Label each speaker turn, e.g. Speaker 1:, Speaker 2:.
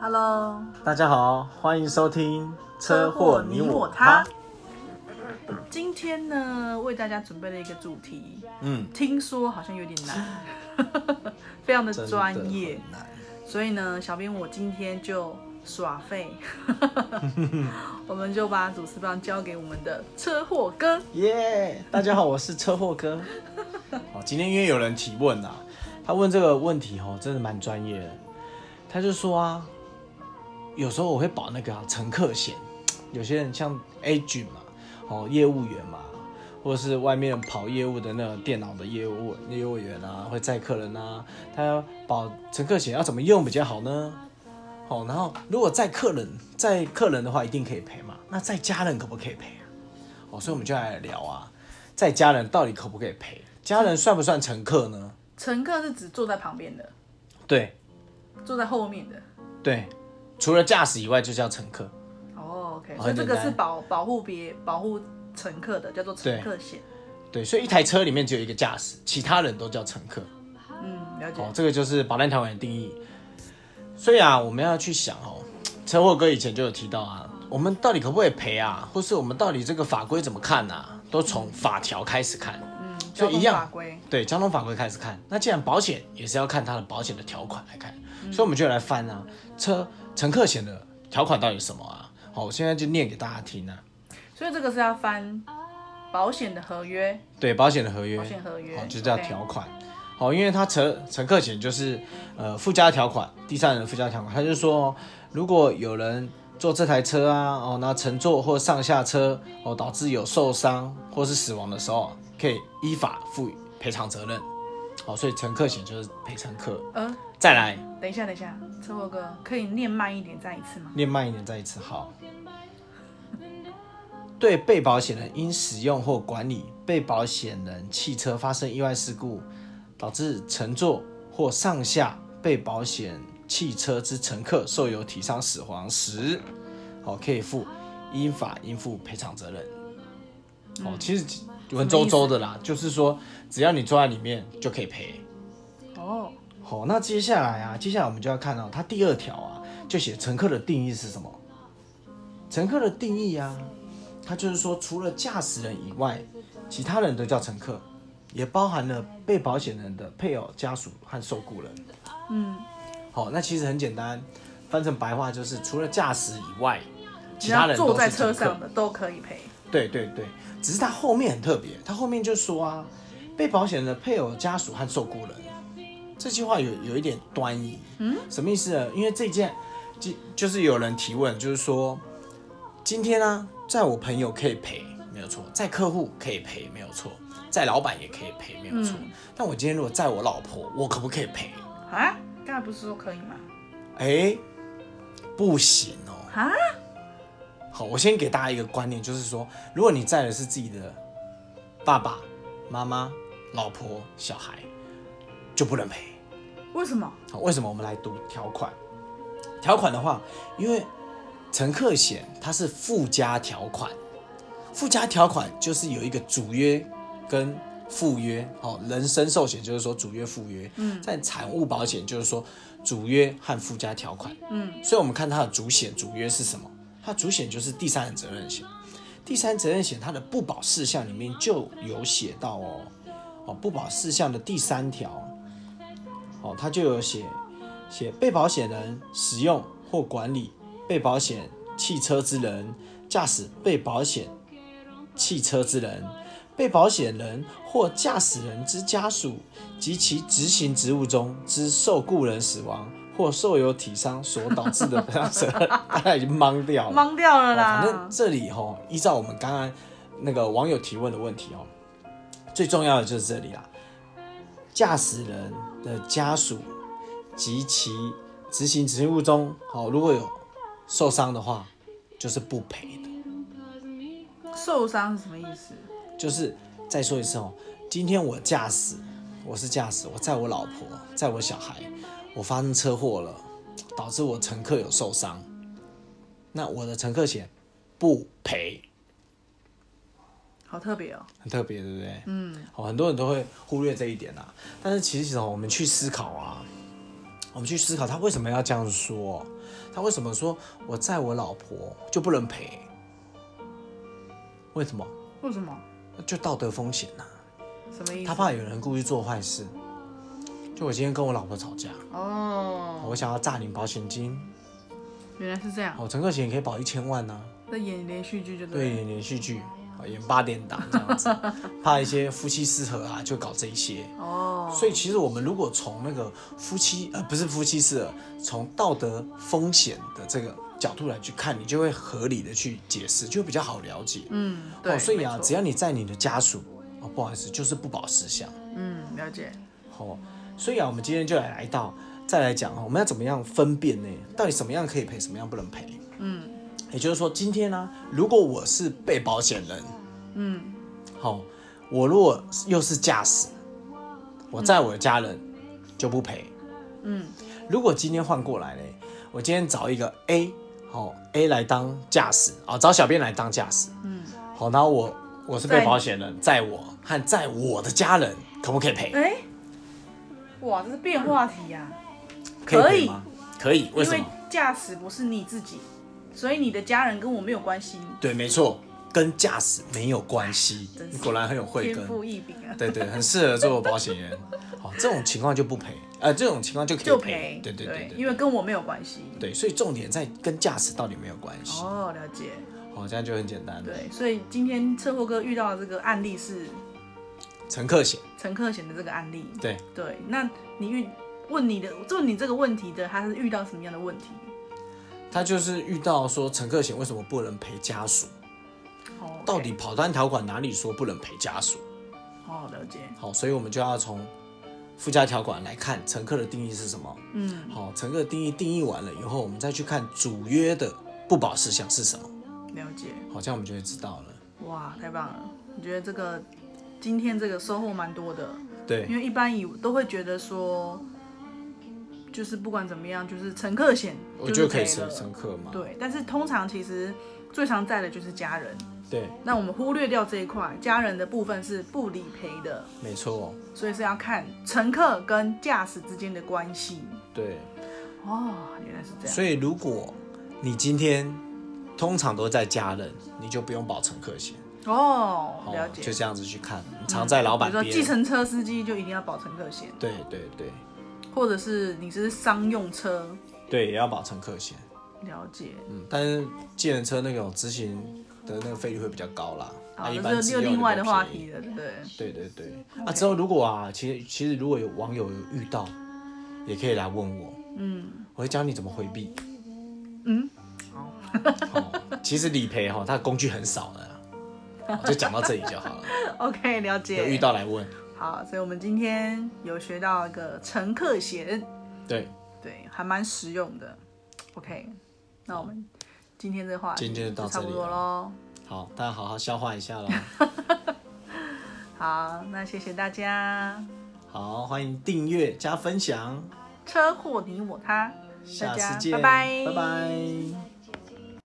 Speaker 1: Hello，
Speaker 2: 大家好，欢迎收听《》。
Speaker 1: 今天呢，为大家准备了一个主题，
Speaker 2: 嗯，
Speaker 1: 听说好像有点难， 非常的
Speaker 2: 真的
Speaker 1: 专业，
Speaker 2: 很难
Speaker 1: 所以呢，小编我今天就耍废， 我们就把主持棒交给我们的车祸哥。
Speaker 2: 耶大家好，我是车祸 哥。好，哦今天因为有人提问啊，他问这个问题哦，真的蛮专业的。他就说啊，有时候我会保那个啊乘客险，有些人像 agent 嘛，哦业务员嘛，或者是外面跑业务的那个电脑的业务业务员啊，会载客人啊，他要保乘客险要怎么用比较好呢？哦，然后如果载客人，载客人的话一定可以赔嘛，那载家人可不可以赔啊？哦，所以我们就来聊啊，在家人到底可不可以赔？家人算不算乘客呢？
Speaker 1: 乘客是指坐在旁边的，
Speaker 2: 对
Speaker 1: 坐在后面的。
Speaker 2: 对，除了驾驶以外就叫乘客。
Speaker 1: 哦、o k
Speaker 2: 哦
Speaker 1: 所以
Speaker 2: 很
Speaker 1: 这个
Speaker 2: 简
Speaker 1: 是
Speaker 2: 单
Speaker 1: 保保护别保护乘客的，叫做乘
Speaker 2: 对
Speaker 1: 客险。
Speaker 2: 对，所以一台车里面只有一个驾驶，其他人都叫乘客。
Speaker 1: 嗯，了解
Speaker 2: 哦，。这个就是保单条款的定义。所以啊，我们要去想哦，车祸哥以前就有提到啊，我们到底可不可以赔啊，或是我们到底这个法规怎么看啊，都从法条开始看。
Speaker 1: 嗯，
Speaker 2: 所
Speaker 1: 交
Speaker 2: 以
Speaker 1: 通
Speaker 2: 一样
Speaker 1: 法规。
Speaker 2: 对交通法规开始看。那既然保险也是要看它的保险的条款来看，所以我们就来翻啊，车乘客险的条款到底是什么啊？好，我现在就念给大家听啊。
Speaker 1: 所以这个是要翻保险的合约，
Speaker 2: 对，保险的合约，
Speaker 1: 保险合约
Speaker 2: 好，就叫
Speaker 1: OK
Speaker 2: 条款。好，因为它乘乘客险就是呃附加条款，第三人附加条款，它就说如果有人坐这台车啊，哦，那乘坐或上下车哦，导致有受伤或是死亡的时候，可以依法负赔偿责任。好，所以乘客险就是赔乘客。
Speaker 1: 呃，
Speaker 2: 再来，
Speaker 1: 等一下，等一下，车祸哥可以念慢一点再一次吗？
Speaker 2: 念慢一点，再一次好。对被保险人因使用或管理被保险人汽车发生意外事故，导致乘坐或上下被保险汽车之乘客受有体伤死亡时，好可以负依法应负赔偿责任。哦，其实文绉绉的啦，就是说只要你坐在里面就可以赔。
Speaker 1: 哦，
Speaker 2: 好，那接下来啊，接下来我们就要看到它第二条啊，就写乘客的定义是什么？乘客的定义啊，它就是说除了驾驶人以外，其他人都叫乘客，也包含了被保险人的配偶、家属和受雇人。
Speaker 1: 嗯，
Speaker 2: 好，那其实很简单，翻成白话就是除了驾驶以外，其
Speaker 1: 只
Speaker 2: 他
Speaker 1: 要
Speaker 2: 人都
Speaker 1: 坐在
Speaker 2: 是
Speaker 1: 车
Speaker 2: 乘客
Speaker 1: 上。的都可以赔。
Speaker 2: 对对对，只是他后面很特别，他后面就说啊，被保险人的配偶、家属和受雇人，这句话有有一点端倪。嗯，什么意思呢？因为这件，就就是有人提问，就是说，今天呢、啊在我朋友可以赔，没有错；在客户可以赔，没有错；在老板也可以赔，没有错。
Speaker 1: 嗯
Speaker 2: 但我今天如果在我老婆，我可不可以赔？
Speaker 1: 啊，刚才不是说可以吗？
Speaker 2: 哎，不行哦。
Speaker 1: 啊，
Speaker 2: 好，我先给大家一个观念，就是说，如果你在的是自己的爸爸妈妈、老婆、小孩，就不能赔。
Speaker 1: 为什么？
Speaker 2: 好，为什么？我们来读条款。条款的话，因为乘客险它是附加条款，附加条款就是有一个主约跟附约。哦，人身寿险就是说主约附约，嗯，在产物保险就是说主约和附加条款。
Speaker 1: 嗯，
Speaker 2: 所以我们看它的主险主约是什么？它主险就是第三人责任险。第三责任险它的不保事项里面就有写到哦，哦，不保事项的第三条，哦，它就有写写被保险人使用或管理被保险汽车之人驾驶被保险汽车之人。被保险人或驾驶人之家属及其执行职务中之受雇人死亡或受有体伤所导致的赔偿责任， 大家已经懵掉了。
Speaker 1: 懵掉了
Speaker 2: 哦反正
Speaker 1: 啦。
Speaker 2: 这里哈、依照我们刚刚那个网友提问的问题哦，最重要的就是这里啦。驾驶人的家属及其执行职务中，好、如果有受伤的话，就是不赔的。
Speaker 1: 受伤是什么意思？
Speaker 2: 就是再说一次哦，今天我驾驶，我是驾驶，我载我老婆，载我小孩，我发生车祸了，导致我乘客有受伤，那我的乘客险不赔。
Speaker 1: 好特别哦。
Speaker 2: 很特别，对不对？哦嗯，好，很多人都会忽略这一点啊。但是其实哦，我们去思考啊，我们去思考他为什么要这样说，他为什么说我载我老婆就不能陪？为什么？
Speaker 1: 为什么？
Speaker 2: 就道德风险呐、
Speaker 1: 什么意
Speaker 2: 他
Speaker 1: 思？
Speaker 2: 怕有人故意做坏事。就我今天跟我老婆吵架，
Speaker 1: 哦，
Speaker 2: 我想要诈领保险金，
Speaker 1: 原来是这样。
Speaker 2: 哦，乘客险可以保一千万呐、
Speaker 1: 那演连续剧就
Speaker 2: 对，
Speaker 1: 对了。
Speaker 2: 演连续剧，啊演八点档这样子，怕一些夫妻失和啊，就搞这一些。
Speaker 1: 哦，
Speaker 2: 所以其实我们如果从那个夫妻呃不是夫妻是从道德风险的这个角度来去看，你就会合理的去解释，就会比较好了解。
Speaker 1: 嗯，对，
Speaker 2: 哦，所以啊，
Speaker 1: 没错
Speaker 2: 只要你在你的家属，哦不好意思，就是不保事项。
Speaker 1: 嗯了解，
Speaker 2: 哦，所以啊，我们今天就来来到再来讲哦，我们要怎么样分辨呢？到底什么样可以赔，什么样不能赔？
Speaker 1: 嗯
Speaker 2: 也就是说，今天呢、如果我是被保险人，
Speaker 1: 嗯，
Speaker 2: 好、我如果又是驾驶，我载我的家人就不赔。
Speaker 1: 嗯，
Speaker 2: 如果今天换过来嘞，我今天找一个 A，好、A 来当驾驶啊，找小编来当驾驶，
Speaker 1: 嗯，
Speaker 2: 好，然后我我是
Speaker 1: 载
Speaker 2: 被
Speaker 1: 你
Speaker 2: 保险人载我和载我的家人，可不可以赔？
Speaker 1: 哎、哇，这是变化题呀、
Speaker 2: 可以赔吗？可以，为
Speaker 1: 因
Speaker 2: 什
Speaker 1: 为
Speaker 2: 么？
Speaker 1: 驾驶不是你自己，所以你的家人跟我没有关系，
Speaker 2: 对，没错，跟驾驶没有关系
Speaker 1: 真。是
Speaker 2: 你果然很有慧
Speaker 1: 天
Speaker 2: 根，
Speaker 1: 赋异禀啊。
Speaker 2: 对对，很适合做保险员。好，这种情况就不赔，呃，这种情况就可以
Speaker 1: 就赔，
Speaker 2: 对对对对
Speaker 1: 因为跟我没有关系。
Speaker 2: 对，所以重点在跟驾驶到底有没有关系。
Speaker 1: 哦，了解，
Speaker 2: 好，这样就很简单了。
Speaker 1: 对，所以今天车祸哥遇到的这个案例是
Speaker 2: 乘客险，
Speaker 1: 乘客险的这个案例，
Speaker 2: 对，
Speaker 1: 对，那你遇问你的问你这个问题的，他是遇到什么样的问题？
Speaker 2: 他就是遇到说乘客险为什么不能赔家属？
Speaker 1: 哦，OK，
Speaker 2: 到底跑单条款哪里说不能赔家属？
Speaker 1: 哦，了解，
Speaker 2: 好，所以我们就要从附加条款来看乘客的定义是什么。
Speaker 1: 嗯，
Speaker 2: 好，乘客的定义定义完了以后，我们再去看主约的不保事项是什么。
Speaker 1: 了解，
Speaker 2: 好，这样我们就会知道了。
Speaker 1: 哇，太棒了！我觉得这个今天这个收获蛮多的，
Speaker 2: 对
Speaker 1: 因为一般以都会觉得说，就是不管怎么样，就是乘客险
Speaker 2: 我
Speaker 1: 就
Speaker 2: 就是可以
Speaker 1: 赔
Speaker 2: 乘
Speaker 1: 了，
Speaker 2: 乘客嘛。
Speaker 1: 对，但是通常其实最常在的就是家人，
Speaker 2: 对，
Speaker 1: 那我们忽略掉这一块，家人的部分是不理赔的，
Speaker 2: 没错，哦
Speaker 1: 所以是要看乘客跟驾驶之间的关系。
Speaker 2: 对。
Speaker 1: 哦，原来是这样。
Speaker 2: 所以如果你今天通常都在家人，你就不用保乘客险，
Speaker 1: 哦，
Speaker 2: 哦
Speaker 1: 了解。嗯
Speaker 2: 就这样子去看。你常在老板
Speaker 1: 比如说计
Speaker 2: 边，
Speaker 1: 程车司机就一定要保乘客险，
Speaker 2: 对对对
Speaker 1: 或者是你是商用车，
Speaker 2: 对，也要保乘客险。
Speaker 1: 了解。
Speaker 2: 嗯，但是计程车那种执行的那个费率会比较高啦。
Speaker 1: 好，
Speaker 2: 啊一
Speaker 1: 这
Speaker 2: 般
Speaker 1: 哦是
Speaker 2: 只
Speaker 1: 又
Speaker 2: 有
Speaker 1: 另外的话
Speaker 2: 便宜
Speaker 1: 题了，对不对？
Speaker 2: 对对对，啊，之后如果啊，其实其实如果有网友有遇到，也可以来问我，
Speaker 1: 嗯
Speaker 2: 我会教你怎么回避。
Speaker 1: 嗯，好，
Speaker 2: 哦，其实理赔哈、它的工具很少的啦， 哦就讲到这里就好了。
Speaker 1: OK，了
Speaker 2: 有
Speaker 1: 解。
Speaker 2: 遇到来问，
Speaker 1: 好，所以我们今天有学到一个乘客险，
Speaker 2: 对，
Speaker 1: 对，还蛮实用的。OK，那我们今天这话题
Speaker 2: 今天就到
Speaker 1: 差
Speaker 2: 这
Speaker 1: 不
Speaker 2: 里
Speaker 1: 多
Speaker 2: 了
Speaker 1: 喽。
Speaker 2: 好，大家好好消化一下喽。
Speaker 1: 好，那谢谢大家，
Speaker 2: 好，欢迎订阅加分享，
Speaker 1: 车祸你我他，
Speaker 2: 下
Speaker 1: 大家
Speaker 2: 次见，
Speaker 1: 拜拜
Speaker 2: 拜拜